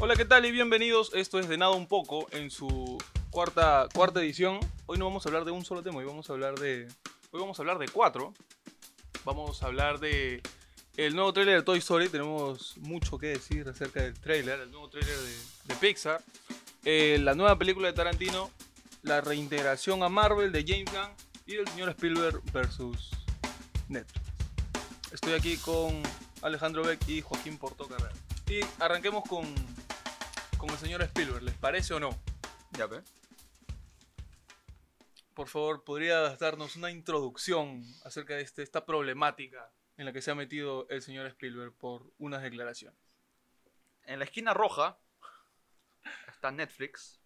Hola, ¿qué tal? Y bienvenidos. Esto es De Nada Un Poco en su cuarta, cuarta edición. Hoy no vamos a hablar de un solo tema, hoy vamos a hablar de. Hoy vamos a hablar de cuatro. Vamos a hablar de el nuevo tráiler de Toy Story. Tenemos mucho que decir acerca del tráiler, el nuevo tráiler de, de Pixar. eh, la nueva película de Tarantino. La reintegración a Marvel de James Gunn y el señor Spielberg versus Netflix. Estoy aquí con Alejandro Beck y Joaquín Portocarrero. Y arranquemos con, con el señor Spielberg, ¿les parece o no? Ya, pe. Por favor, ¿podrías darnos una introducción acerca de este- esta problemática en la que se ha metido el señor Spielberg por unas declaraciones? En la esquina roja está Netflix.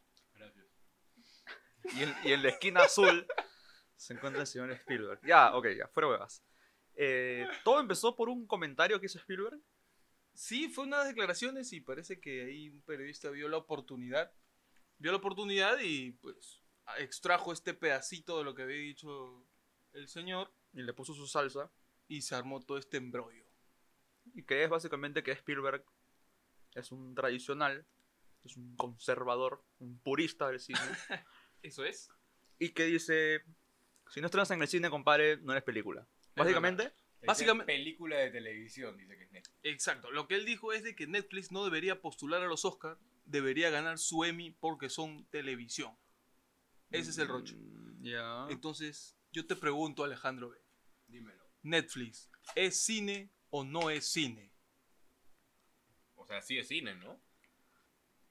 Y en, y en la esquina azul se encuentra el señor Spielberg. Ya, ok, ya, fuera huevas. Eh, todo empezó por un comentario que hizo Spielberg. Sí, fue unas declaraciones y parece que ahí un periodista vio la oportunidad. Vio la oportunidad y pues extrajo este pedacito de lo que había dicho el señor Y le puso su salsa. y se armó todo este embrollo. Y que es básicamente que Spielberg es un tradicional, es un conservador, un purista del cine. ¿Eso es? y que dice: Si no estrenas en el cine, compadre, no eres película. Básicamente, Básicamente- Básicamente. Película de televisión, dice que es Netflix. Exacto. Lo que él dijo es de que Netflix no debería postular a los Oscars, debería ganar su Emmy porque son televisión. Ese es el rocho. Mm, Ya. Entonces, yo te pregunto, Alejandro, B, Dímelo. ¿Netflix es cine o no es cine? O sea, sí es cine, ¿no?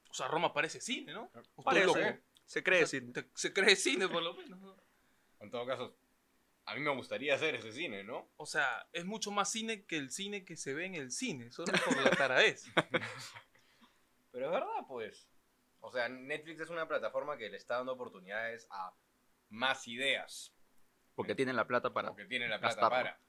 O sea, Roma parece cine, ¿no? ¿O estoy Parece, loco? Se O cree sea, cine. te- se cree cine, por lo menos. ¿no? En todo caso, a mí me gustaría hacer ese cine, ¿no? O sea, es mucho más cine que el cine que se ve en el cine, solo por la taradez. Pero es verdad, pues. O sea, Netflix es una plataforma que le está dando oportunidades a más ideas. Porque tienen la plata para. Porque tiene la plata gastarlo. para.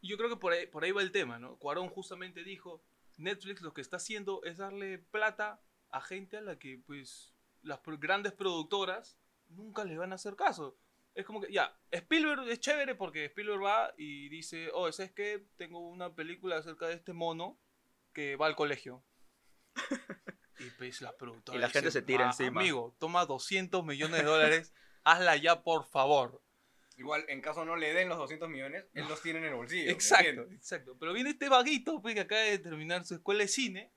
Y yo creo que por ahí, por ahí va el tema, ¿no? Cuarón justamente dijo, Netflix lo que está haciendo es darle plata a gente a la que, pues, las pro- grandes productoras nunca les van a hacer caso. Es como que, ya, Spielberg es chévere porque Spielberg va y dice, oh, ¿sabes qué? Tengo una película acerca de este mono que va al colegio. y pues las productoras "Ah, Y la gente se tira encima. Amigo, toma 200 millones de dólares, hazla ya, por favor. Igual, en caso no le den los 200 millones, él los tiene en el bolsillo. ¿me Exacto, entiendes? exacto. Pero viene este vaguito pues, que acaba de terminar su escuela de cine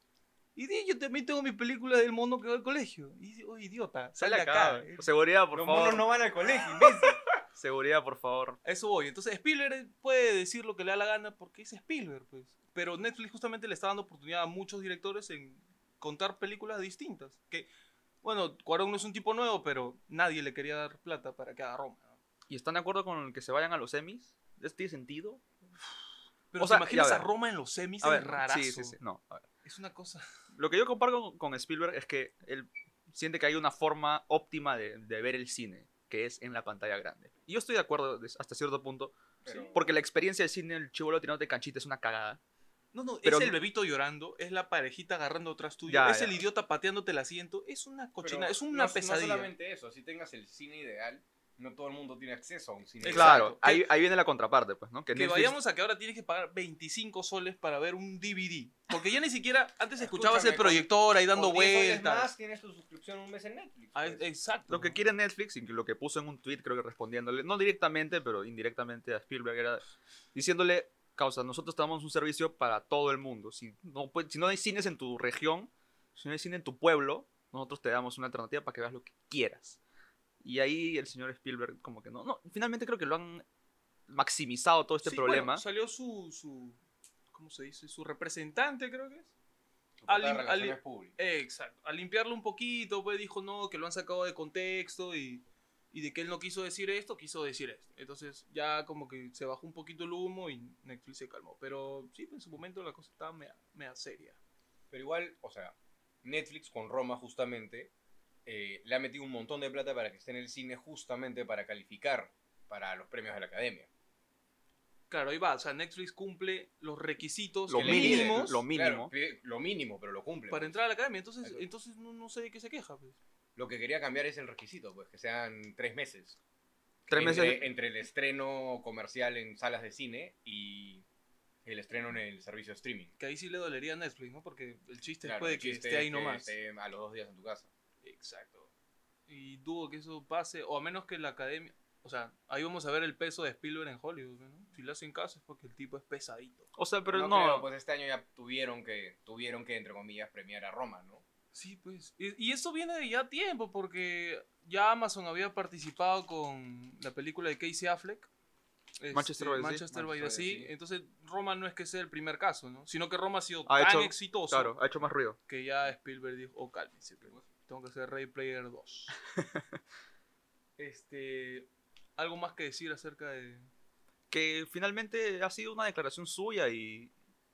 y dice, yo también tengo mi película del mono que va al colegio. Y dice, oye, idiota, sal Sale de acá. acá. eh. Seguridad, por Los favor. monos no van al colegio, imbécil. Seguridad, por favor. A eso voy. Entonces Spielberg puede decir lo que le da la gana porque es Spielberg, pues. Pero Netflix justamente le está dando oportunidad a muchos directores en contar películas distintas. Que, bueno, Cuarón no es un tipo nuevo, pero nadie le quería dar plata para que haga Roma. ¿no? ¿Y están de acuerdo con que se vayan a los semis? ¿Esto tiene sentido? Pero O sea, ¿te imaginas ya a ver. Roma en los semis, A es ver, rarazo. sí, sí, sí. No, a ver. Es una cosa... Lo que yo comparto con- con Spielberg es que él siente que hay una forma óptima de, de ver el cine, que es en la pantalla grande. Y yo estoy de acuerdo des- hasta cierto punto, Pero- porque la experiencia del cine, el chivolo tirándote canchita, es una cagada. No, no, Pero- es el bebito llorando, es la parejita agarrando atrás tuyo, Ya, es ya. el idiota pateándote el asiento, es una pero cochina, es una no- pesadilla. No solamente eso, si tengas el cine ideal, no todo el mundo tiene acceso a un cine Exacto. Claro, Que- ahí, ahí viene la contraparte, pues, ¿no? que Netflix- vayamos a que ahora tienes que pagar 25 soles para ver un DVD. Porque ya ni siquiera antes escuchabas el Escúchame, con- proyector ahí dando Por 10 soles vueltas. más tienes tu suscripción un mes en Netflix. Ah, pues. es- exacto. Lo que quiere Netflix, y que lo que puso en un tweet, creo que respondiéndole, no directamente, pero indirectamente a Spielberg, era diciéndole, causa, nosotros damos un servicio para todo el mundo. Si no, pue- si no hay cines en tu región, si no hay cine en tu pueblo, nosotros te damos una alternativa para que veas lo que quieras. Y ahí el señor Spielberg como que no, no, finalmente creo que lo han maximizado todo este Sí, problema. bueno, salió su, su. ¿Cómo se dice? Su representante, creo que es. Tu cuota al- de al- relaciones públicas. Exacto. A limpiarlo un poquito, pues dijo no, que lo han sacado de contexto y, y de que él no quiso decir esto, quiso decir esto. Entonces ya como que se bajó un poquito el humo y Netflix se calmó. Pero sí, pues, en su momento la cosa estaba mea, mea seria. Pero igual, o sea, Netflix con Roma justamente eh, le ha metido un montón de plata para que esté en el cine justamente para calificar para los premios de la academia. Claro, ahí va. O sea, Netflix cumple los requisitos Lo que mínimo, mínimos lo mínimo. Claro, pide lo mínimo, pero lo cumple. para pues. entrar a la academia. Entonces, Exacto. entonces no, no sé de qué se queja. pues. Lo que quería cambiar es el requisito, pues que sean tres meses. Tres entre, meses, Entre el estreno comercial en salas de cine y el estreno en el servicio de streaming. Que ahí sí le dolería a Netflix, ¿no? Porque el chiste Claro, puede el que chiste esté ahí es que nomás. esté a los dos días en tu casa. Exacto. Y dudo que eso pase, o a menos que la academia. O sea, ahí vamos a ver el peso de Spielberg en Hollywood, ¿no? Si le hacen caso es porque el tipo es pesadito. O sea, pero no. creo, pues este año ya tuvieron que, tuvieron que, entre comillas, premiar a Roma, ¿no? Sí, pues. Y, y eso viene de ya tiempo, porque ya Amazon había participado con la película de Casey Affleck. este, Manchester by the Sea. Manchester by the Manchester by the Sea. Sea. Entonces, Roma no es que sea el primer caso, ¿no? Sino que Roma ha sido Ha tan hecho- exitoso Claro, ha hecho más ruido. que ya Spielberg dijo, oh, cálmense, pues, tengo que hacer Ray Player 2. este, ¿algo más que decir acerca de...? Que finalmente ha sido una declaración suya y,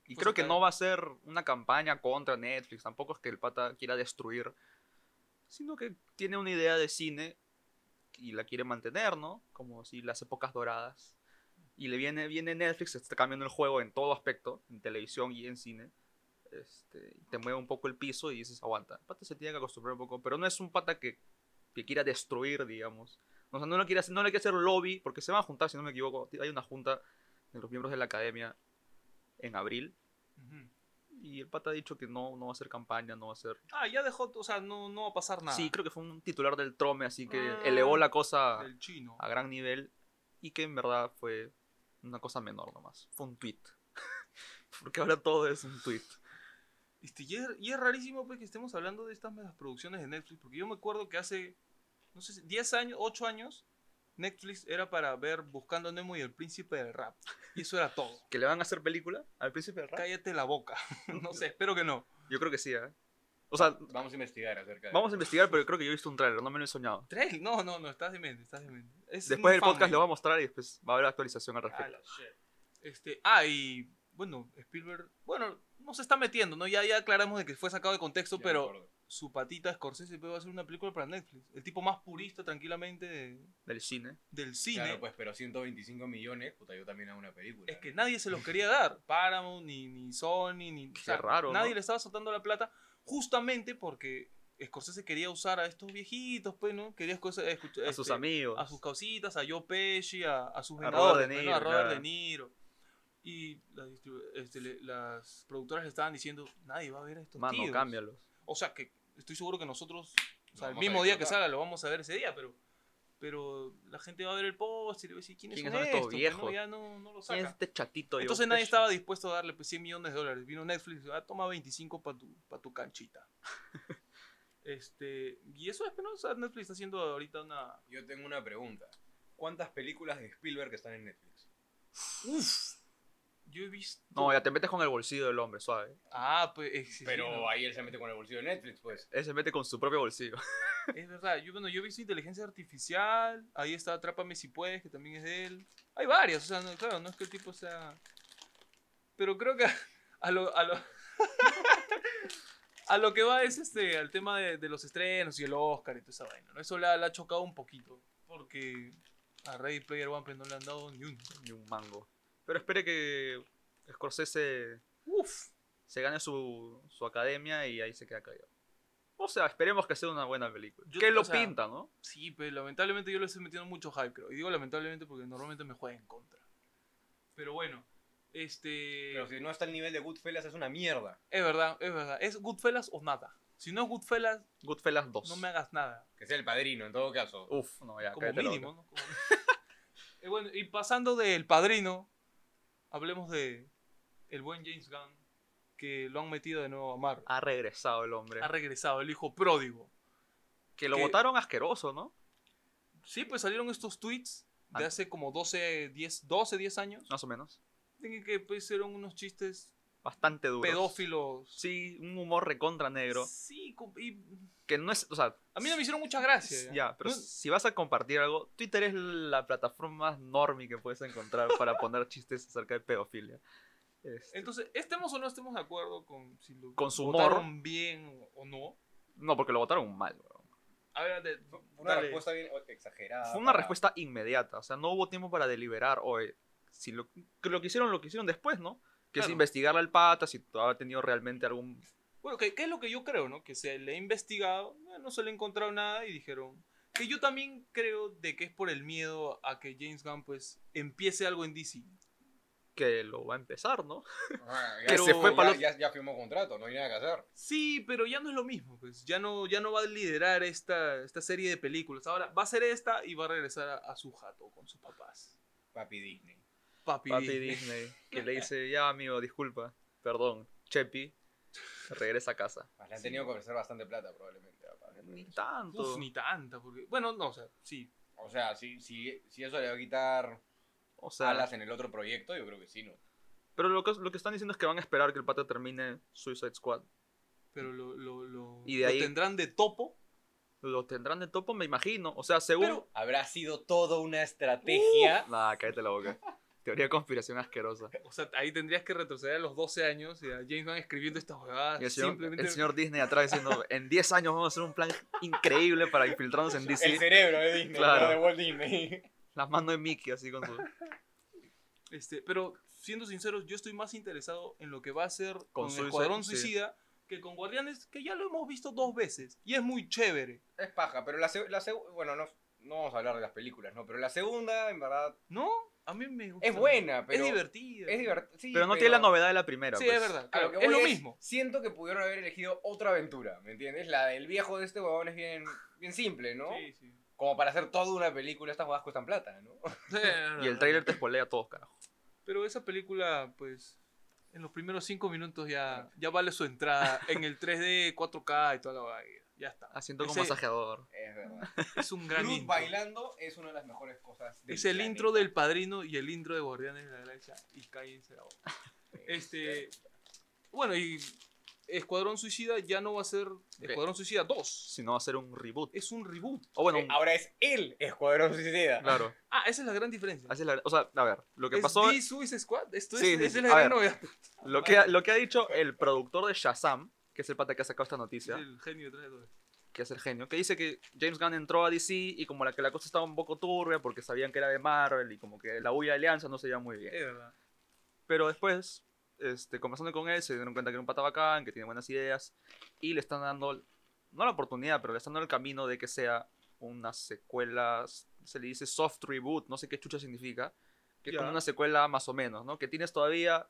y Pues creo que está no bien. va a ser una campaña contra Netflix. Tampoco es que el pata quiera destruir, sino que tiene una idea de cine y la quiere mantener, ¿no? Como si las épocas doradas. Y le viene, viene Netflix, está cambiando el juego en todo aspecto, en televisión y en cine. Este, y te mueve un poco el piso y dices, aguanta. El pata se tiene que acostumbrar un poco, pero no es un pata que, que quiera destruir, digamos. O sea, no, lo quiere hacer, no le quiere hacer lobby, porque se van a juntar, si no me equivoco. Hay una junta de los miembros de la academia en abril. Y el pata ha dicho que no, no va a hacer campaña, no va a hacer... Ah, ya dejó, o sea, no, no va a pasar nada. Sí, creo que fue un titular del Trome, así que Ah. elevó la cosa El chino. a gran nivel y que en verdad fue una cosa menor nomás. Fue un tweet. Porque ahora todo es un tweet. Este, y, es, y es rarísimo pues, que estemos hablando de estas megas producciones de Netflix, porque yo me acuerdo que hace, no sé, si 10 años, 8 años, Netflix era para ver Buscando a Nemo y El Príncipe del Rap. Y eso era todo. ¿Que le van a hacer película al príncipe del rap? Cállate la boca. no sé, espero que no. Yo creo que sí, ¿eh? O sea, Vamos a investigar acerca de vamos a investigar, pero creo que yo he visto un trailer, no me lo he soñado. Trail, no, no, no, estás demente, estás demente. Es Después un del fan, podcast ¿eh? lo voy a mostrar y después va a haber actualización al Ah, respecto. la shit. Este, ah, y bueno, Spielberg, bueno, no se está metiendo, ¿no? Ya, ya aclaramos de que fue sacado de contexto, Ya me pero acuerdo. su patita Scorsese pues, va a hacer una película para Netflix. El tipo más purista, tranquilamente, de- Del cine. del cine. Claro, pues, pero 125 millones, puta, yo también hago una película. Es que nadie se los quería dar. Paramount, ni, ni Sony, ni. Qué raro, Nadie ¿no? le estaba soltando la plata justamente porque Scorsese quería usar a estos viejitos, pues, ¿no? Quería escuchar- escuchar- A sus este, amigos. a sus causitas, a Joe Pesci, a, a sus A vengadores, Robert De bueno, Niro, a Robert claro. De Niro. Y las, distribu- este, le- las productoras le estaban diciendo, nadie va a ver a estos Mano, tíos. cámbialos. O sea, que estoy seguro que nosotros, o sea, el vamos a mismo día que disfrutar. salga lo vamos a ver ese día, pero pero la gente va a ver el post y le va a decir, ¿quiénes, ¿Quiénes son, son estos estos? Pues, viejos? no, ya no, no lo ¿Quién es saca. este chatito? Entonces nadie estaba dispuesto a darle pues, 100 millones de dólares. Vino Netflix, ah, toma 25 para tu, pa tu canchita. este, y eso es que ¿no? O sea, Netflix está haciendo ahorita una, Yo tengo una pregunta. ¿Cuántas películas de Spielberg están en Netflix? Yo he visto. No, ya te metes con el bolsillo del hombre, suave. Ah, pues. eh, sí, sí, pero no. ahí él se mete con el bolsillo de Netflix, pues. Él se mete con su propio bolsillo. Es verdad. Yo, bueno, yo he visto inteligencia artificial. Ahí está Atrápame si puedes, que también es de él. Hay varias, o sea, no, claro, no es que el tipo sea. Pero creo que a, a lo. A lo A lo que va es este, al tema de, de los estrenos y el Oscar y toda esa vaina. ¿no? Eso la ha chocado un poquito. Porque a Ready Player One pues, no le han dado ni uno. Ni un mango. Pero espere que Scorsese Uf. se gane su, su academia y ahí se queda callado. O sea, esperemos que sea una buena película. Yo- que lo o sea, pinta, ¿no? Sí, pero lamentablemente yo le estoy metiendo mucho hype, creo. Y digo lamentablemente porque normalmente me juega en contra. Pero bueno, este. Pero si no está al nivel de Goodfellas, es una mierda. Es verdad, es verdad. ¿Es Goodfellas o nada? Si no es Goodfellas, Goodfellas 2. no me hagas nada. Que sea el padrino, en todo caso. Uh, Uf, no, ya, Como cállate la mínimo, ¿no? boca. Como- Eh, bueno, y pasando del padrino, hablemos de el buen James Gunn, que lo han metido de nuevo a Marvel. Ha regresado el hombre. Ha regresado, el hijo pródigo. que lo que- votaron asqueroso, ¿no? Sí, pues salieron estos tweets de Ah. hace como 12, 10, 12, 10 años. Más o menos. En que pues, hicieron unos chistes Bastante duro. pedófilos. Sí, un humor recontra negro. Sí, com- y Que no es. O sea, a mí no me hicieron mucha gracia. Ya, pero No- si vas a compartir algo, Twitter es la plataforma más normie que puedes encontrar para poner chistes acerca de pedofilia. Este, entonces, estemos o no estemos de acuerdo con si lo Con su votaron bien o no. no, porque lo votaron mal. weón. A ver, de- Fue una dale. respuesta bien exagerada. Fue una Ah, para- respuesta inmediata, o sea, no hubo tiempo para deliberar. O, eh, si lo que, lo que hicieron, lo que hicieron después, ¿no? Que es Claro. investigarle al pata, si ha tenido realmente algún. Bueno, ¿qué, qué es lo que yo creo, no? Que se le ha investigado, eh, no se le ha encontrado nada y dijeron... Que yo también creo de que es por el miedo a que James Gunn, pues, empiece algo en DC. que lo va a empezar, ¿no? Ah, Que se fue ya- para los- ya, ya firmó contrato, no hay nada que hacer. Sí, pero ya no es lo mismo, pues. Ya no, ya no va a liderar esta, esta serie de películas. Ahora va a ser esta y va a regresar a, a su jato con sus papás. Papi Disney. Papi, Papi Disney. Disney, que le dice, ya amigo, disculpa, perdón, Chepi, regresa a casa. Más le han tenido que ofrecer bastante plata, probablemente. ¿no? Para que Ni regrese. tanto. Uf, ni tanta, porque. Bueno, no, o sea, sí. O sea, si, si, si eso le va a quitar o sea, alas en el otro proyecto, yo creo que sí, ¿no? pero lo que, lo que están diciendo es que van a esperar que el pata termine Suicide Squad. Pero lo, lo, lo- Y de lo ahí- tendrán de topo. Lo tendrán de topo, me imagino. O sea, según... Pero- Habrá sido toda una estrategia. Nah, cállate la boca. Teoría de conspiración asquerosa. O sea, ahí tendrías que retroceder a los 12 años y a James Van escribiendo estas huevadas. Y el señor, Ah, simplemente. el señor Disney atrás diciendo, en 10 años vamos a hacer un plan increíble para infiltrarnos en El DC. cerebro de Disney, Claro. no de Walt Disney. Las manos de Mickey así con su... Este, pero siendo sinceros, yo estoy más interesado en lo que va a hacer con, Suicide- Escuadrón sí. Suicida que con Guardianes, que ya lo hemos visto dos veces y es muy chévere, Es paja, pero la, se- la se- bueno, no, no vamos a hablar de las películas, ¿no? Pero la segunda, en verdad, ¿no? A mí me gusta. es buena, pero... es divertida. Es divertida. Pero no tiene la novedad de la primera. Sí, pues. es verdad. A lo claro, que es voy lo mismo. Siento que pudieron haber elegido otra aventura, ¿me entiendes? La del viejo de este huevón es bien, bien simple, ¿no? Sí, sí. Como para hacer toda una película, estas huevadas cuestan plata, ¿no? Y el tráiler te espolea a todos, carajo. Pero esa película, pues, en los primeros cinco minutos ya, ya vale su entrada en el 3D, 4K y toda la vaina. Ya está. Haciendo Ah, como Ese- masajeador. Es verdad. Es un gran Groot intro. bailando es una de las mejores cosas. del Es el planeta. intro del Padrino y el intro de Guardianes de la Galaxia. Y cállense la boca. Este, bueno, y Escuadrón Suicida ya no va a ser Escuadrón Suicida 2. Si no va a ser un reboot. Es un reboot. O bueno, Eh, un- Ahora es el Escuadrón Suicida. claro. Ah, esa es la gran diferencia. Así es la- o sea, a ver, lo que es pasó, The Suicide Squad. Esto es, Sí, sí, esa sí. es la A gran ver, novedad. lo que, ha- lo que ha dicho el productor de Shazam, que es el pata que ha sacado esta Es noticia, el genio detrás de todo esto. que es el genio, que dice que James Gunn entró a DC y como la que la cosa estaba un poco turbia porque sabían que era de Marvel y como que la huya de alianza no se lleva muy bien. Es verdad. Pero después, este, conversando con él, se dieron cuenta que era un pata bacán, que tiene buenas ideas, y le están dando, no la oportunidad, pero le están dando el camino de que sea una secuela, se le dice soft reboot, no sé qué chucha significa, que es Ya. como una secuela más o menos, ¿no? Que tienes todavía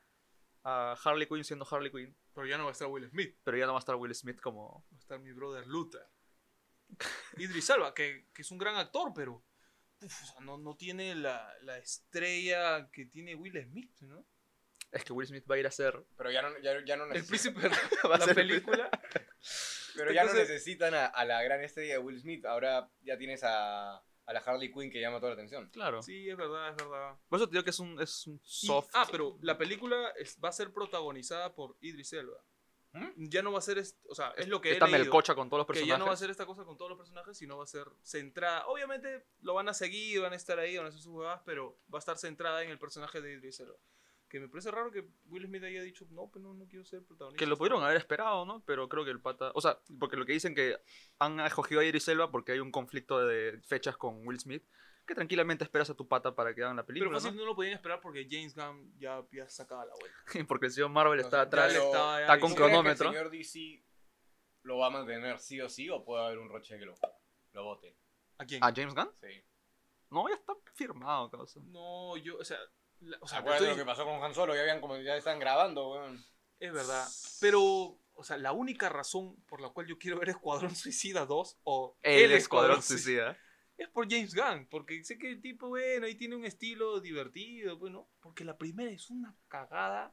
a Harley Quinn siendo Harley Quinn, Pero ya no va a estar Will Smith. pero ya no va a estar Will Smith como... Va a estar mi brother Luther. Idris Elba, que, que es un gran actor, pero uf, o sea, no, no tiene la, la estrella que tiene Will Smith, ¿no? Es que Will Smith va a ir a hacer... Pero ya no, ya, ya no El necesitan, príncipe este de va a la ser- película. pero ya no Entonces- necesitan a, a la gran estrella de Will Smith. Ahora ya tienes a, a la Harley Quinn que llama toda la atención. Claro. Sí, es verdad, es verdad. Por eso te digo que es un, es un Y- soft... ah, pero la película es- va a ser protagonizada por Idris Elba. ¿Mm? Ya no va a ser, est- o sea, es lo que Está he leído, melcocha con todos los que personajes. ya no va a ser esta cosa con todos los personajes, sino va a ser centrada. Obviamente lo van a seguir, van a estar ahí, van a hacer sus jugadas, pero va a estar centrada en el personaje de Idris Elba. Que me parece raro que Will Smith haya dicho, no, pero no, no quiero ser protagonista. Que lo pudieron haber esperado, ¿no? Pero creo que el pata. O sea, porque lo que dicen que han escogido a Iris Elba porque hay un conflicto de fechas con Will Smith. Que tranquilamente esperas a tu pata para que hagan la Pero película. fácil ¿no? no lo podían esperar porque James Gunn ya, ya sacaba la vuelta. Porque el señor Marvel No está sé, atrás. ya lo- Estaba ya está con ¿Tú diciendo- crees que cronómetro. ¿El señor DC lo va a mantener sí o sí o puede haber un roche que lo, lo vote? ¿A quién? ¿A James Gunn? Sí. No, ya está firmado, causa. No, yo, o sea, la- o Ah, sea, Acuérdate estoy- lo que pasó con Han Solo, ya, habían, como, ya están grabando, weón. Es verdad. Pero, o sea, la única razón por la cual yo quiero ver Escuadrón Suicida 2 o El, Escuadrón Suicida. ¿eh? es por James Gunn. Porque sé que el tipo, bueno, ahí tiene un estilo divertido, bueno. Porque la primera es una cagada.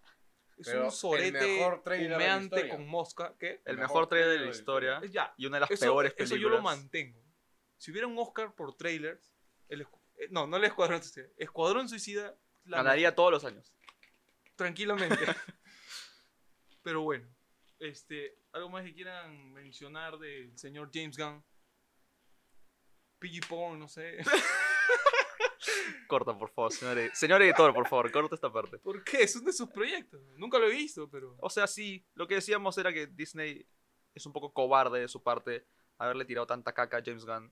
Es Pero un el sorete mejor trailer de la humeante historia. con mosca. ¿Qué? El El mejor mejor trailer de la trailer de la historia. Ya, Y una de las eso, peores películas. eso yo lo mantengo. Si hubiera un Oscar por trailers, el escu- eh, no, no el Escuadrón Suicida. Escuadrón Suicida la Ganaría todos los años. tranquilamente. Pero bueno, este, algo más que quieran mencionar del señor James Gunn. Piggy Porn, no sé. Corta, por favor, señor, ed- señor editor, por favor, corta esta parte. ¿Por qué? Es uno de sus proyectos. Nunca lo he visto, pero. O sea, sí, lo que decíamos era que Disney es un poco cobarde de su parte haberle tirado tanta caca a James Gunn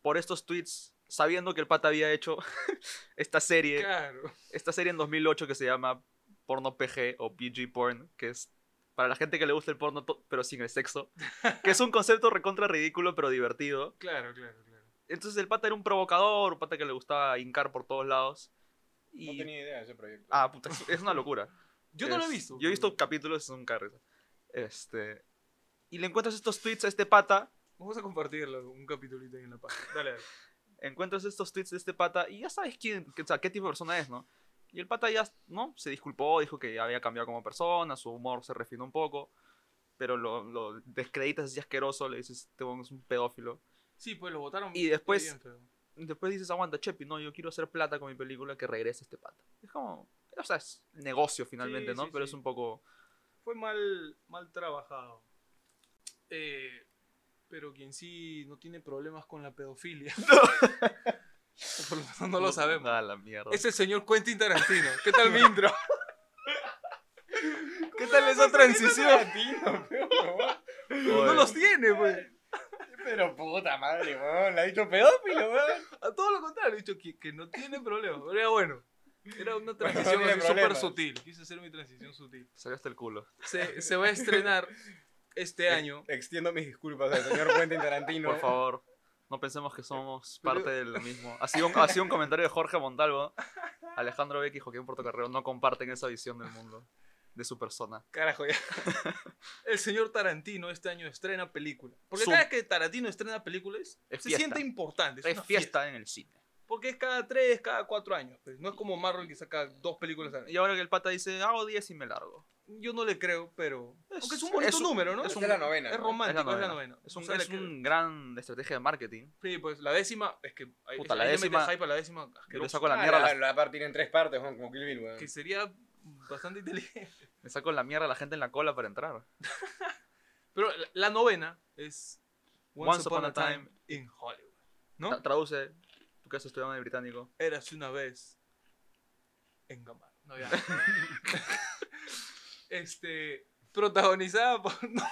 por estos tweets, sabiendo que el pata había hecho esta serie, Claro. esta serie en 2008 que se llama Porno PG o PG Porn, que es para la gente que le gusta el porno to- pero sin el sexo, que es un concepto recontra ridículo pero divertido. Claro, claro, claro. Entonces el pata era un provocador, un pata que le gustaba hincar por todos lados. Y... No tenía idea de ese proyecto. Ah, puta, es- es una locura. Yo no lo he Es- visto. Yo he visto capítulos, es un carrete. Este. Y le encuentras estos tweets a este pata, Vamos a compartirlo, un capítulo ahí en la página. Dale, dale. encuentras estos tweets de este pata y ya sabes quién, o sea, qué tipo de persona es, ¿no? Y el pata ya, ¿no? Se disculpó, dijo que había cambiado como persona, su humor se refinó un poco, pero lo, lo descreditas, es asqueroso, le dices, este huevón es un pedófilo. Sí, pues lo votaron. Y después- bien feo. Después dices, aguanta, Chepi, no, yo quiero hacer plata con mi película, que regrese este pata. Es como, o sea, es negocio finalmente, Sí, ¿no? sí, pero sí. es un poco... Fue mal, mal trabajado. Eh, pero quien sí no tiene problemas con la pedofilia. Por lo tanto, no lo sabemos. Ah, la mierda. Es el señor Quentin Tarantino. ¿Qué tal mi intro? ¿Qué tal esa transición? Tarantino, pe, huevón. No los tiene, pues. Pero puta madre, weón. La ha dicho pedófilo, weón. A todo lo contrario, he dicho que, que no tiene problemas. Pero era bueno. Era una transición tiene así súper problemas. sutil. Quise hacer mi transición sutil. Salió hasta el culo. Se, se va a estrenar este año. Extiendo mis disculpas al señor Quentin Tarantino. eh. Por favor, no pensemos que somos parte del mismo. Ha sido, un, ha sido un comentario de Jorge Montalvo. Alejandro Beck y Joaquín Portocarrero no comparten esa visión del mundo, de su eh. persona. Carajo, ya. El señor Tarantino este año estrena película. Porque Su- cada vez que Tarantino estrena películas, Es se fiesta. siente importante. Es, Es, una fiesta, fiesta. en el cine. Porque es cada tres, cada cuatro años. pues. No es como Marvel que saca dos películas al año. Y ahora que el pata dice, hago 10 y me largo. Yo no le creo, pero. Es- Aunque es un bonito es un- número, ¿no? Es Es, de la novena. ¿no? romántico, es la novena. Es un, O sea, es le- un gran estrategia de marketing. Sí, pues la décima. Es que. ahí- Puta, la ahí le mete décima- hype a la décima. Que asqueroso, le saco la Ah, mierda, a la, la- la parte tiene en tres partes, weón, como Kill Bill, weón. Que sería bastante inteligente. le saco la mierda a la gente en la cola para entrar. Pero la, la novena es. Once, upon, a time, in Hollywood. ¿No? Tra- Traduce, tú que has estudiado en el británico. Érase una vez en Gamar. No, ya. este, protagonizada por. no.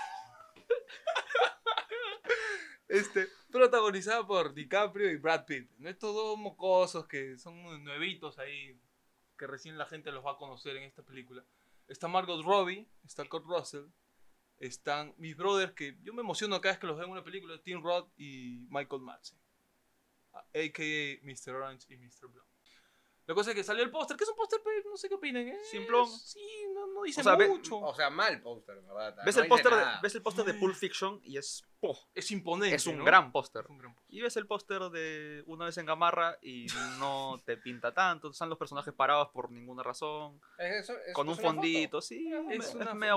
Este, protagonizada por DiCaprio y Brad Pitt. ¿no? Estos dos mocosos que son nuevitos ahí, que recién la gente los va a conocer en esta película. Está Margot Robbie, está Kurt Russell, están mis brothers que yo me emociono cada vez que los veo en una película, Tim Roth y Michael Madsen a.k.a. Mr. Orange y Mr. Blom. La cosa es que salió el póster, que es un póster, pe- no sé qué opinan, ¿eh? Simplón. Sí, no, no dice O sea, ve- mucho. O sea, mal póster, en ¿verdad? ¿Ves, No el dice póster de, nada. ves el póster de Pulp Fiction y es... po, es imponente, es un ¿no? gran póster. Es un gran póster. Y ves el póster de una vez en Gamarra y no te pinta tanto. Están los personajes parados por ninguna razón. Es- eso- es- con un es una foto. fondito, sí. Es Es, una medio fo-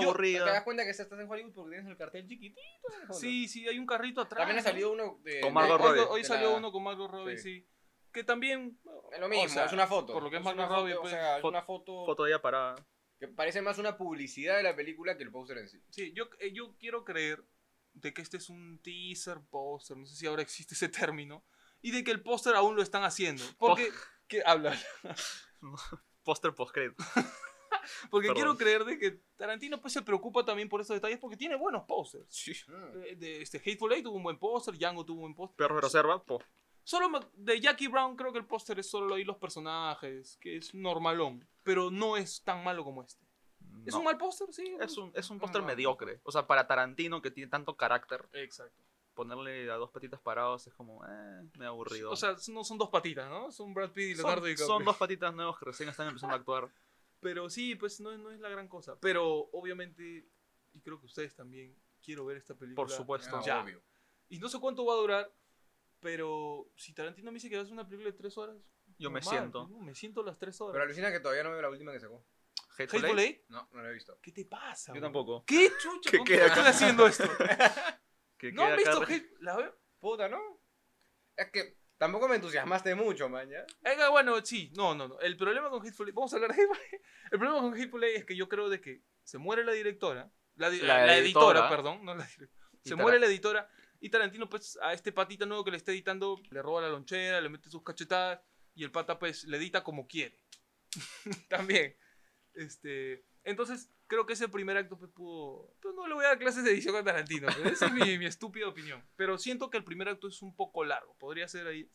yo- Te das aburrida. cuenta que estás en Hollywood porque tienes el cartel chiquitito. en el fondo. Sí, sí, hay un carrito atrás. También ha ¿no? salido uno de. Con Hoy- Margot de- Hoy, Robbie. hoy de salió la- uno con Margot Robbie, sí. Sí. que también... Es lo mismo, o sea, es una foto. Por lo que es una Margot foto, Robbie, o pues, sea, es fo- una foto, Foto de ella parada. que parece más una publicidad de la película que el póster en sí. Sí, yo, eh, yo quiero creer de que este es un teaser póster, no sé si ahora existe ese término, y de que el póster aún lo están haciendo. Porque... ¿Qué habla? Póster post-credit. Porque Perdón. quiero creer de que Tarantino pues, se preocupa también por esos detalles porque tiene buenos pósters. Mm. Eh, de este Hateful Eight tuvo un buen póster, Django tuvo un buen póster. Perro de reserva. po. Solo me- de Jackie Brown creo que el póster es solo ahí los personajes, que es normalón, pero no es tan malo como este. ¿Es No. un mal póster? Sí. Es un, es un póster No. mediocre. O sea, para Tarantino, que tiene tanto carácter, Exacto. ponerle a dos patitas parados es como, eh, me aburrido. O sea, no son dos patitas, ¿no? Son Brad Pitt y Leonardo son, DiCaprio. son dos patitas nuevas que recién están empezando a actuar. Pero sí, pues no, es- no es la gran cosa. Pero obviamente, y creo que ustedes también, quiero ver esta película. Por supuesto. Ah, Ya. obvio. Y no sé cuánto va a durar, pero si Tarantino me dice que va a hacer una película de tres horas, Yo me normal, siento. ¿no? Me siento las tres horas. Pero alucina que todavía no veo la última que sacó. Hateful Hateful Eight, Eight, No, no la he visto. ¿Qué te pasa? Yo bro? tampoco. ¿Qué chucho? ¿Qué ¿Qué queda están haciendo esto? que ¿No han queda visto acá- Hate- la veo? Puta, ¿no? Es que tampoco me entusiasmaste mucho, man, ¿ya? Eh, ah, bueno, sí. No, no, no. El problema con Hateful Eight... Vamos a hablar de Hateful Eight. El problema con Hateful Eight es que yo creo de que se muere la directora. La, di- La la editora, editora. perdón. No la directora. Y Se Tara- muere la editora y Tarantino, pues, a este patita nuevo que le está editando, le roba la lonchera, le mete sus cachetadas y el pata, pues, le edita como quiere. También. Este, entonces, creo que ese primer acto pues, pudo... Pues, no le voy a dar clases de edición a Tarantino. pero Esa es mi, mi estúpida opinión. Pero siento que el primer acto es un poco largo. Podría ser ahí...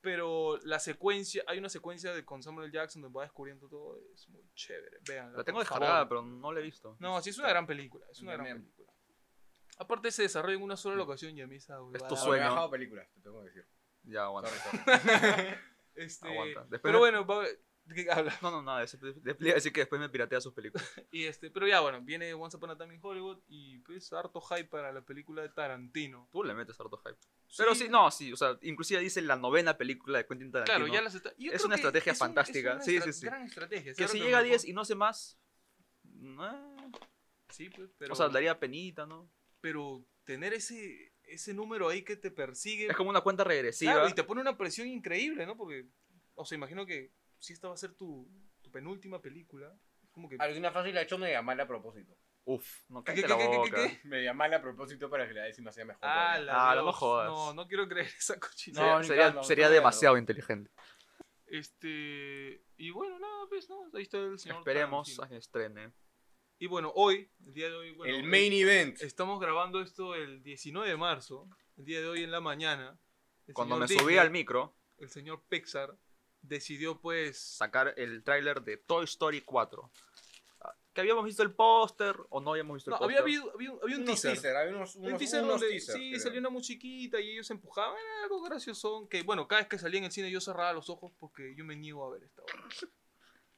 Pero la secuencia, hay una secuencia de con Samuel L. Jackson donde va descubriendo todo, es muy chévere. Vean, La tengo descargada, pero no la he visto. no, sí, es una gran película. Es una Bien, gran bien. película. Aparte, se desarrolla en una sola locación y a mí esa Es tu huevada- Ah, sueño. Me he bajado películas, te tengo que decir. Ya, aguanta. Sorry, sorry. Este, Aguanta. Después pero de- bueno, va- ¿De qué habla? No, no, nada. eso- de- de- de- Así que después me piratea sus películas. Y este, pero ya, bueno, viene Once Upon a Time in Hollywood y pues harto hype para la película de Tarantino. Tú le metes harto hype. Pero sí, no, sí. O sea, inclusive dice la novena película de Quentin Tarantino. Claro, ya las está- yo Es creo una que estrategia un- fantástica. una Sí, estra- sí, sí. Gran estrategia. Que Ahora si me llega a acuerdo- 10 y no hace más. no, Sí, pues, pero, O sea, daría penita, ¿no? pero tener ese, ese número ahí que te persigue. Es como una cuenta regresiva. claro, y te pone una presión increíble, ¿no? Porque, o sea, imagino que si esta va a ser tu, tu penúltima película, es como que. Alguna fácil la he hecho media mala a propósito. Uf, no ¿Qué, cállate qué, la qué, qué, boca. qué? Media mala a propósito para que la décima sea mejor. Ah, todavía. la Ah, no Dios, jodas. No, no quiero creer esa No, cochinada. Sería- ni sería cagando, sería no, demasiado inteligente. Este. Y bueno, nada, pues, ¿no? Ahí está el señor. Esperemos a Tarantino. que estrene. Y bueno, hoy, el día de hoy. Bueno, eh, el main event. Estamos grabando esto el 19 de marzo, el día de hoy en la mañana. el Cuando señor me Disney, subí al micro, El señor Pixar decidió, pues. sacar el tráiler de Toy Story 4. Ah, Que habíamos visto el póster o no habíamos visto No, el póster. había, habido- había un, había un Unos teaser. Había unos, unos, un teaser unos donde teasers, sí creo. salió una muchiquita y ellos se empujaban, era algo gracioso. Que bueno, cada vez que salía en el cine yo cerraba los ojos porque yo me niego a ver esta obra.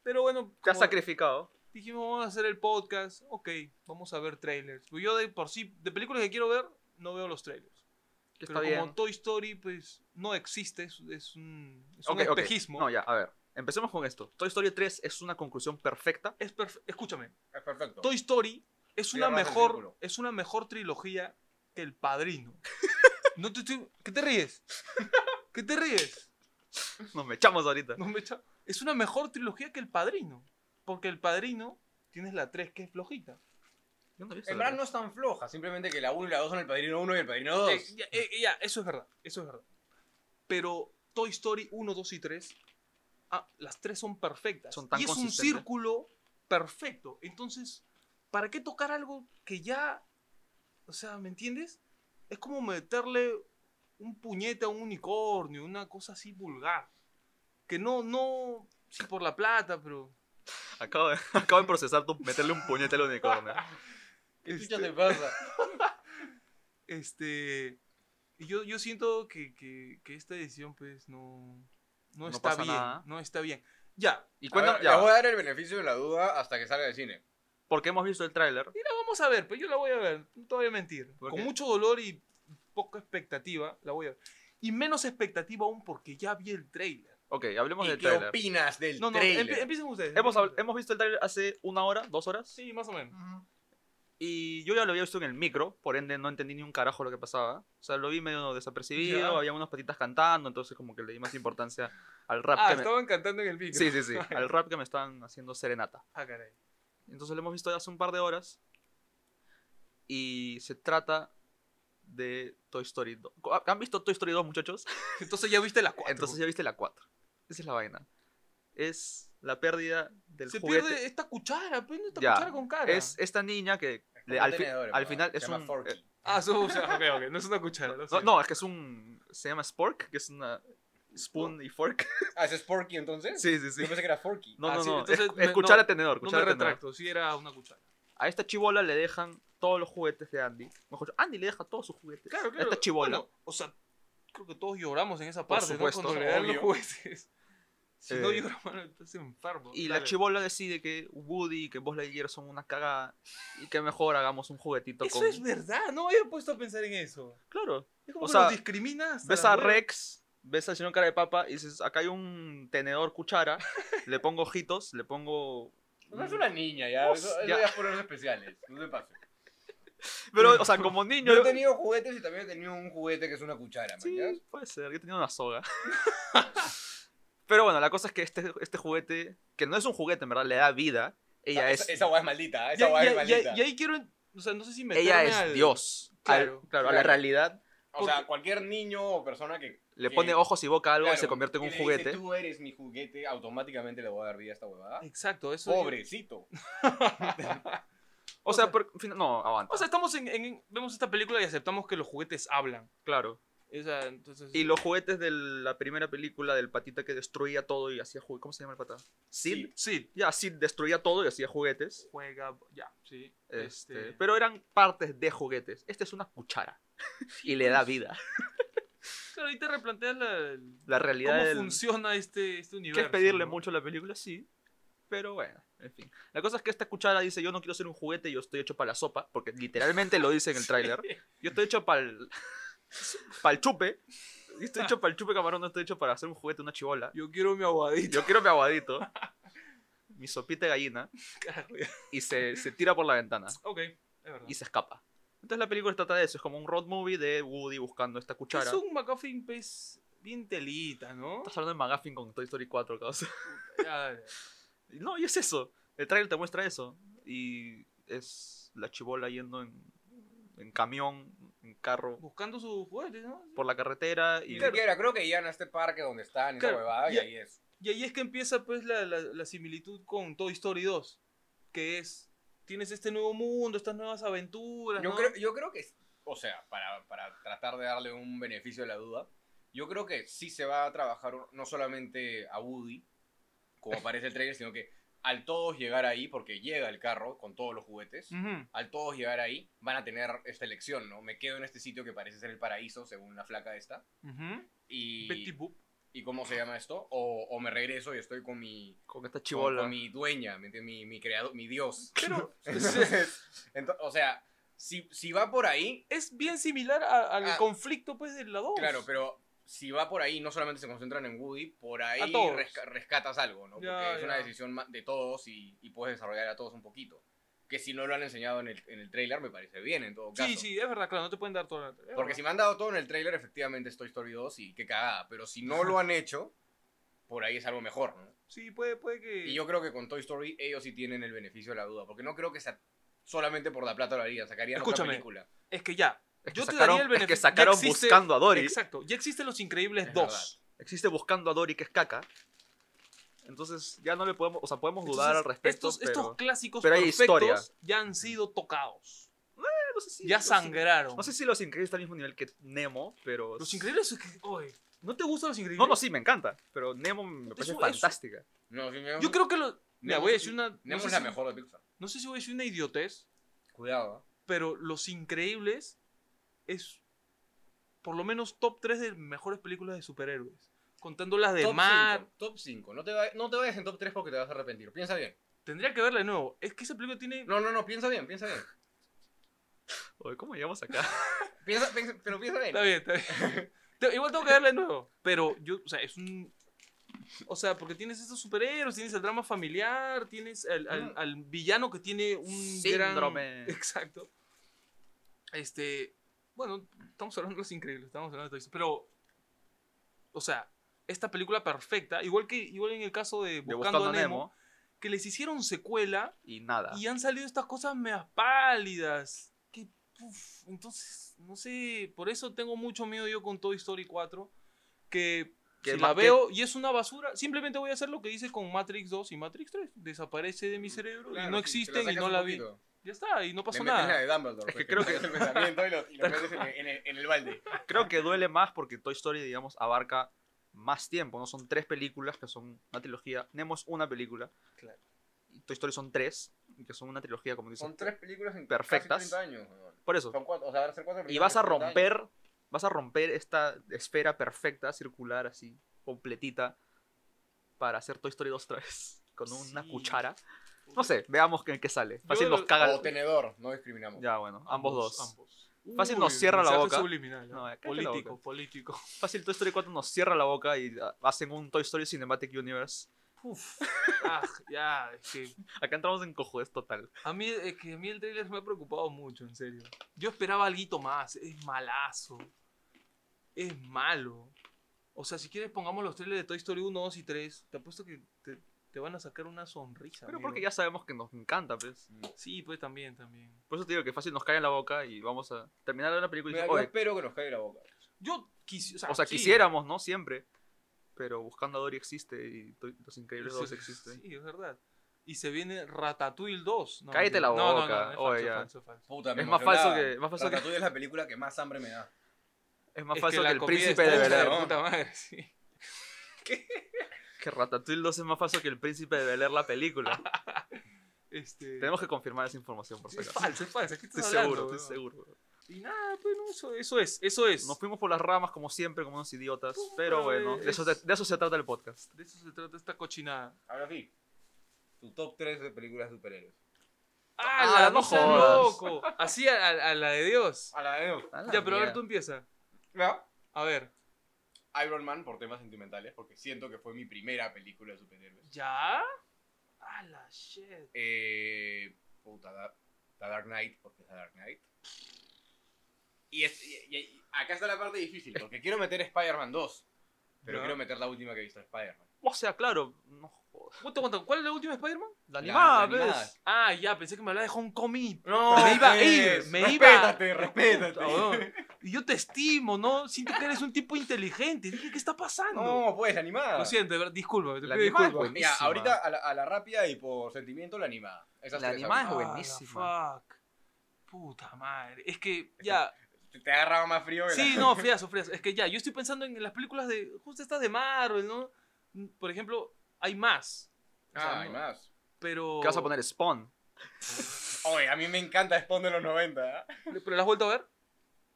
Pero bueno, Te has como sacrificado. dijimos, vamos a hacer el podcast. Ok, vamos a ver trailers. Pues Yo de por sí, de películas que quiero ver, no veo los trailers. Que Pero está bien. como Toy Story, pues no existe, es, es un, es un Ok, ok. espejismo. No, ya, a ver. Empecemos con esto. Toy Story 3 es una conclusión perfecta. Es perf- Escúchame, Es perfecto. Toy Story es una, Cierra el mejor, círculo. es una mejor trilogía que El Padrino. no te estoy- ¿Qué te ríes? ¿Qué te ríes? Nos me echamos ahorita. No me echa- Es una mejor trilogía que El Padrino. Porque El Padrino tienes la 3 que es flojita. Yo no he visto En la verdad no es tan floja, simplemente que la 1 y la 2 son el padrino 1 y el padrino 2. Eh, ya, eh, ya, eso es verdad, eso es verdad. Pero Toy Story 1, 2 y 3, ah, las tres son perfectas. Son tan y es un consistentes. ¿eh? círculo perfecto. Entonces, ¿para qué tocar algo que ya, o sea, ¿me entiendes? Es como meterle un puñete a un unicornio, una cosa así vulgar. Que no, no, sí por la plata, pero... Acabo de, acabo de procesar tu meterle un puñete al unicornio. ¿Qué este- chucha te pasa? Este. y Yo, yo siento que, que- que esta decisión, pues, no. No, No está pasa bien. nada. No está bien. Ya. Y A cuéntame, ver, ya, Le voy a dar el beneficio de la duda hasta que salga del cine. porque hemos visto el tráiler. Y la vamos a ver, pues yo la voy a ver. No te voy a mentir. ¿Por Con qué? mucho dolor y poca expectativa, la voy a ver. Y menos expectativa aún porque ya vi el trailer. Ok, hablemos ¿Y del qué tráiler. opinas del No, no, trailer? empie- empiecen ustedes. Hemos, empiecen habl- ustedes. hemos visto el tráiler hace una hora, dos horas. Sí, más o menos. Y yo ya lo había visto en el micro, por ende no entendí ni un carajo lo que pasaba. O sea, lo vi medio desapercibido, Ya. había unas patitas cantando, entonces como que le di más importancia al rap Ah, que me... estaban cantando en el micro. Sí, sí, sí, al rap que me estaban haciendo serenata. Ah, caray. Entonces lo hemos visto hace un par de horas. Y se trata de Toy Story 2. ¿Han visto Toy Story 2, muchachos? Entonces ya viste las cuatro. Entonces ya viste la 4. Esa es la vaina. Es la pérdida del se juguete. pierde esta cuchara, pues, esta Ya, cuchara con cara. Es esta niña que le- Como al, fi- tenedor, al ¿verdad? final Se es llama un... Forky. eh, Ah, su- o sea, ok, ok, no es una cuchara. lo No, siento. no, es que es un... Se llama Spork, que es una... Spoon y fork. Ah, ¿ese es Porky entonces? Sí, sí, sí. Yo pensé que era Forky. No, Ah, no, sí, no. entonces es- me- es no, cuchara tenedor. No me cuchara tenedor. retracto, sí era una cuchara. A esta chibola le dejan todos los juguetes de Andy. Mejor dicho, Andy le deja todos sus juguetes. Claro, A esta chibola. Bueno, o sea, creo que todos lloramos en esa Por parte, ¿no? supuesto, Cuando le dan los obvio. juguetes. Si no Eh, lloras, mano, estás enfermo. Y Dale. la chibola decide que Woody y que Buzz Lightyear son una cagada y que mejor hagamos un juguetito Eso con... es verdad, no me había puesto a pensar en eso. Claro. Es como O que sea, los discriminas. Ves la a muerte. Rex, ves al señor cara de papa y dices, acá hay un tenedor cuchara, le pongo ojitos, le pongo... No es una niña, ya. Eso, eso ya. ya es por los especiales. No te pases. Pero, o sea, como niño... Yo he tenido juguetes y también he tenido un juguete que es una cuchara, man, ¿ya? Sí, puede ser, yo he tenido una soga. Pero bueno, la cosa es que este, este juguete, que no es un juguete, en verdad, le da vida. Ella Ah, es, Esa, esa guay es maldita, ¿eh? Ya- esa guay es ya- ya- maldita. Y ahí quiero. en- O sea, no sé si me. ella es Dios. Al- Claro, Claro, a la claro. realidad o sea, cualquier niño o persona que... le que- pone ojos y boca a algo claro, y se convierte en que un le dice, juguete. tú eres mi juguete, automáticamente le voy a dar vida a esta huevada. Exacto, eso. Pobrecito. O sea, por- fin- no, aguanta. O sea, estamos en, en- Vemos esta película y aceptamos que los juguetes hablan. claro. O sea, entonces. Y los juguetes de la primera película del patita que destruía todo y hacía juguetes. ¿Cómo se llama el pata? Sid. Sí. Sí, Ya, Sid destruía todo y hacía juguetes. juega. Ya, sí. Este, este, Pero eran partes de juguetes. Esta es una cuchara. y le da vida. Claro, ahí te replanteas la, el- La realidad cómo del- funciona este, este que universo. es pedirle ¿no? mucho a la película, sí. Pero bueno, en fin. La cosa es que esta cuchara dice, yo no quiero ser un juguete, yo estoy hecho para la sopa, porque literalmente lo dice en el tráiler. Yo estoy hecho para el, chupe. Yo estoy hecho para el chupe camarón, no estoy hecho para hacer un juguete, una chivola. Yo quiero mi aguadito. Yo quiero mi aguadito, mi sopita de gallina, y se, se tira por la ventana ok, es verdad. y se escapa. Entonces la película trata de eso, es como un road movie de Woody buscando esta cuchara. Es un McGuffin pez bien telita, ¿no? Estás hablando de McGuffin con Toy Story 4, causa. Ya, ya. No, y es eso. El trailer te muestra eso. Y es la chibola yendo en, en camión, en carro, Buscando sus juguetes, ¿no? por la carretera. Ni Y siquiera, creo que llegan a este parque donde están, esa Claro, huevada, y ya- ahí es. Y ahí es que empieza pues la, la- la similitud con Toy Story 2, que es, tienes este nuevo mundo, estas nuevas aventuras. Yo ¿no? creo, yo creo que, o sea, para, para tratar de darle un beneficio de la duda, yo creo que sí se va a trabajar no solamente a Woody, como parece el trailer, sino que al todos llegar ahí, porque llega el carro con todos los juguetes, Ujú. al todos llegar ahí van a tener esta elección, ¿no? Me quedo en este sitio que parece ser el paraíso, según la flaca esta, Ujú. Betty y, Boop. y ¿cómo se llama esto? O, o me regreso y estoy con mi, con esta con- chibola. con mi dueña, ¿me entiendes? mi, mi creador, mi dios. Pero Entonces, ento- o sea, si, si va por ahí, es bien similar a- al Ah. conflicto pues de la 2. claro, pero si va por ahí, no solamente se concentran en Woody, por ahí A todos. resca- rescatas algo, ¿no? Porque Ya, es una ya. decisión ma- de todos y, y puedes desarrollar a todos un poquito. Que si no lo han enseñado en el, en el trailer, me parece bien, en todo caso. Sí, sí, es verdad, claro, no te pueden dar todo. la- es Porque verdad. si me han dado todo en el trailer, efectivamente es Toy Story 2 y qué cagada. Pero si no lo han hecho, por ahí es algo mejor, ¿no? Sí, puede, puede que... Y yo creo que con Toy Story ellos sí tienen el beneficio de la duda. Porque no creo que sea solamente por la plata lo harían, sacarían Escúchame. otra película. Es que ya, Es que yo te sacaron, daría el es que beneficio. Ya sacaron existe- buscando a Dory. exacto, ya existen Los Increíbles Es 2. Existe buscando a Dory, que es caca. Entonces ya no le podemos, o sea, podemos dudar al Entonces, respecto. estos, pero, estos clásicos pero hay perfectos historia. ya han sido tocados, Eh, no sé si- ya no sé- sangraron. No sé si Los Increíbles está al mismo nivel que Nemo, pero... Los Increíbles es que, oye, ¿no te gustan Los Increíbles? No, no, sí, me encanta. Pero Nemo me Es parece un- es- fantástica. No, sí, Nemo- Yo creo que lo. Mira, Nemo voy a es- decir una. No Nemo sé, es la si, mejor de Pixar. no sé si voy a decir una idiotez, Cuidado. ¿eh? pero Los Increíbles es por lo menos top 3 de mejores películas de superhéroes. Contando las de Top Mar. 5, top 5. No te, va- no te vayas en top 3 porque te vas a arrepentir. Piensa bien. Tendría que verla de nuevo. Es que esa película tiene. No, no, no, piensa bien, piensa bien. Oye, ¿cómo llegamos acá? Piensa, piensa- pero piensa bien. Está bien, está bien. Te- Igual tengo que verla de nuevo. Pero yo, o sea, es un. O sea, porque tienes estos superhéroes, tienes el drama familiar, tienes al, al- Mm. al villano que tiene un gran- Síndrome. Exacto. Este. Bueno, estamos hablando de los increíbles, estamos hablando de todo esto. Pero. O sea, esta película perfecta, igual que igual en el caso de De Buscando, a Nemo, que les hicieron secuela y nada. y han salido estas cosas medias pálidas. Que, puf, entonces, no sé, por eso tengo mucho miedo yo con Toy Story 4, que Que si ma- la que- veo y es una basura, simplemente voy a hacer lo que hice con Matrix 2 y Matrix 3. Desaparece de mi cerebro Claro, y no sí, te existen y sacas no un la vi. poquito. Ya está, y no pasó Le metes la nada. de Dumbledore. Es que pues, creo le que- metes el pensamiento y lo, y lo metes en el, en el- en el balde. Creo que duele más porque Toy Story, digamos, abarca más tiempo. No son tres películas, que son una trilogía. Nemo es una película. Claro. Y Toy Story son tres, que son una trilogía, como dicen. Son tres películas en Perfectas. casi 30 años. weón. Por eso. Son cuatro, o sea, van a ser cuatro Y películas vas a en 30 años. romper, vas a romper esta esfera perfecta, circular, así, completita, para hacer Toy Story 2 otra vez. Con una Sí. cuchara. No sé, veamos en qué sale. Fácil Yo- nos caga. O tenedor, no discriminamos. Ya, bueno, ambos dos. ambos. Fácil nos cierra la mensaje boca. subliminal, ¿eh? No, cállate la político, boca. político. Fácil, Toy Story 4 nos cierra la boca y ah, hacen un Toy Story Cinematic Universe. Uf, ah, ya, es que Acá entramos en cojudez total. A mí, es que a mí el trailer me ha preocupado mucho, en serio. Yo esperaba algo más. Es malazo. Es malo. O sea, si quieres pongamos los trailers de Toy Story 1, 2 y 3. Te apuesto que te, te van a sacar una sonrisa. Pero amigo. porque ya sabemos que nos encanta, pues. Sí, pues también, también. Por eso te digo que fácil nos cae en la boca y vamos a terminar la película y Mira, decir, yo pues, oye, espero que nos caiga la boca. Yo quisiera... o sea, quisiéramos, ¿no? Siempre. Pero Buscando a Dory existe y Toy- Los Increíbles 2 existe. Sí, es verdad. Y se viene Ratatouille 2. No, Cállate la mentira. No, no, boca. no, es Oye, falso, ya. falso, falso. Puta, me Es más falso emocionaba. que- más falso que- Ratatouille es la película que más hambre me da. Es más Es falso que, la El comida Príncipe está de hecha Bel Air. ¿no? puta madre, sí. Que Ratatouille 2 es más falso que El Príncipe de Bel Air la película. Este... Tenemos que confirmar esa información, por si Es acaso. falso, Este, es falso. ¿Qué Estoy estás hablando, seguro, estoy weón? seguro. Y nada, pues no, eso, eso es, eso es. Nos fuimos por las ramas como siempre, como unos idiotas. Puta, Pero bueno, de eso, es- de eso se trata el podcast. De eso se trata esta cochinada. Ahora sí, tu top 3 de películas de superhéroes. ¡Ah, Ah, no no seas jodas. loco! Así a, a- a la de Dios. A la de Ya, pero a ver, tú empieza. ¿Ya? A ver. Iron Man por temas sentimentales, porque siento que fue mi primera película de superhéroes. ¿Ya? ¡A la shit! Eh, puta, da- The Dark Knight, porque es The Dark Knight. Y, es- y- y- y acá está la parte difícil, porque quiero meter Spider-Man 2, pero Ya. quiero meter la última que he visto de Spider-Man. O sea, claro. No jodas. Aguanta, aguanta, ¿Cuál es la última de Spider-Man? La La- animada, la animada. ¿ves? Ah, ya, pensé que me hablaba de Homecoming. No, Me iba Oh, a pues, ir, me respétate, Respétate, Puta, weón. Y yo te estimo, ¿no? Siento que eres un tipo inteligente. Dije, ¿qué está pasando? No, pues, animada. Lo siento, de verdad, disculpa. Te La pido animada es disculpas. Mira, buenísima. ahorita a la, a la rápida y por sentimiento la animada. Esas La tres animada Ah, es ahorita. la buenísima. Fuck. Puta madre. Es que ya. Te- Te agarraba más frío. que la- Sí, no, friazo, friazo. Es que ya, yo estoy pensando en las películas de. Justo estas de Marvel, ¿no? Mm, Por ejemplo, hay más. O sea, Ah, hay no, más. Pero. ¿Qué vas a poner? Spawn. Oye, a mí me encanta Spawn de los 90. ¿eh? ¿Pero las has vuelto a ver?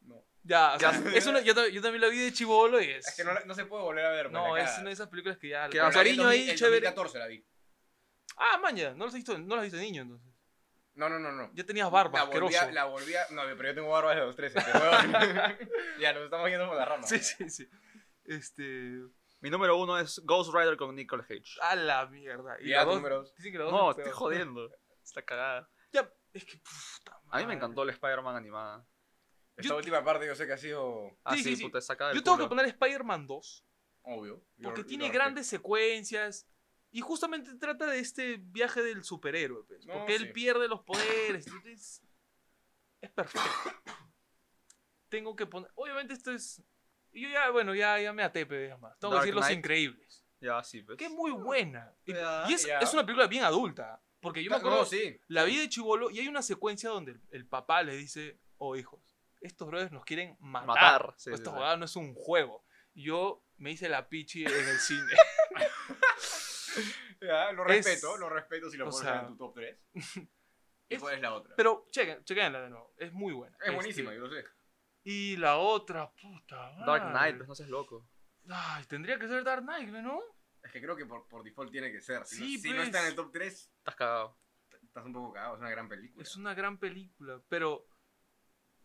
No. Ya, o ¿Qué sea, haces? es una, yo, tam- yo también la vi de chivolo y es. Es que no, la- no se puede volver a ver. pues, no, la es cagas. una de esas películas que ya. ¿Qué con haces? cariño El ahí, 2000 el chévere. 2014 la vi. Ah, maña, no las has visto, no las has visto de niño entonces. No, no, no, no. Ya tenías barba, la volví, a, asqueroso. la volví a- No, pero yo tengo barba desde los 13. te huevo. ya, nos estamos yendo por la rama. Sí, sí, sí. Este. Mi número uno es Ghost Rider con Nicolas Cage. A la mierda. Y Ya, la dos- números. Dicen que la dos No, es peor. estoy jodiendo. Está cagada. Ya, es que. puta A mí me madre. encantó el Spider-Man animada. Esta Yo- última parte yo sé que ha sido Ah, Sí, sí, sí, sí. puta, saca del Yo tengo que culo. poner Spider-Man 2 obvio. Yo- porque yo tiene lo grandes secuencias y justamente trata de este viaje del superhéroe, pues, No, porque él sí. pierde los poderes. entonces, es perfecto. Tengo que poner. Obviamente, esto es. Yo ya, bueno, ya, ya me até, pues, más. Tengo Dark que decir Los Knight. Increíbles. Ya, sí, pues. Que es muy buena. Y, Ya, y es, ya. es una película bien adulta. Porque yo me respeto. acuerdo. No, sí. La vida de Chibolo y hay una secuencia donde el, el papá le dice, oh hijos, estos brothers nos quieren matar. Matar, este, sí, Ah, pues Esta sí, sí. jugada no es un juego. Y Yo me hice la pichi en el cine. Ya, lo Es- respeto, lo respeto si lo o pones sea, en tu top 3. ¿Y es- cuál es la otra? Pero chequen, chequenla de nuevo. Es muy buena. es buenísima, Este, yo lo sé. y la otra, puta. Dark madre. Knight, pues no seas loco. Ay, tendría que ser Dark Knight, ¿no? Es que creo que por, por default tiene que ser. Si, Sí, no, si no pues. está en el top 3, Estás cagado. estás un poco cagado. Es una gran película. Es una gran película, pero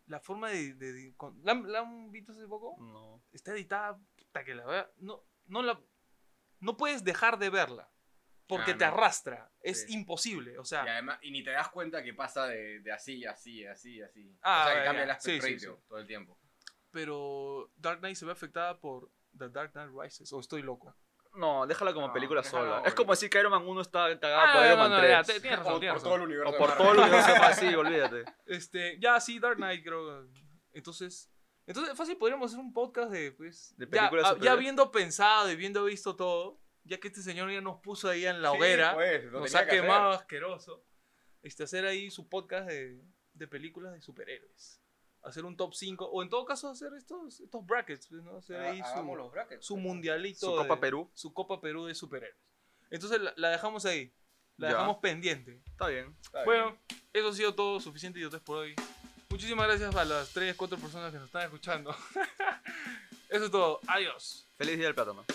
la forma de... de- de- con- ¿La, la han visto hace poco? No. está editada puta que la verdad no no la no puedes dejar de verla porque Ah, te no. arrastra es Sí. imposible o sea Y, además, y ni te das cuenta que pasa de, de así, así, así, así. Ah, o sea, ya, que cambia ya. el aspect Sí, sí, ratio todo el tiempo. pero Dark Knight se ve afectada por The Dark Knight Rises o estoy loco No, déjala como No, película déjala sola. ahora. Es como decir que Iron Man 1 está cagado por Iron Man 3. Ah, ya, te- tienes O razón, por tienes todo razón. el universo. O de por Marvel. todo lo que se llama así, olvídate. este ya sí Dark Knight creo entonces entonces fácil podríamos hacer un podcast de pues De ya, películas ah, ya superhéroes. habiendo pensado y viendo visto todo ya que este señor ya nos puso ahí en la Sí, hoguera pues, lo nos tenía ha que hacer. quemado asqueroso. Este, hacer ahí su podcast de, de películas de superhéroes. Hacer un top 5. O en todo caso hacer estos, estos brackets. pues, ¿no? Hacer Ah, ahí hagamos su, los brackets. su mundialito. Su de- Copa Perú. Su Copa Perú de superhéroes. Entonces la, la dejamos ahí. La Ya. dejamos pendiente. Está bien. Está bien. Bueno, eso ha sido todo. Suficiente idiotes por hoy. Muchísimas gracias a las 3, 4 personas que nos están escuchando. eso es todo. Adiós. Feliz día del plátano.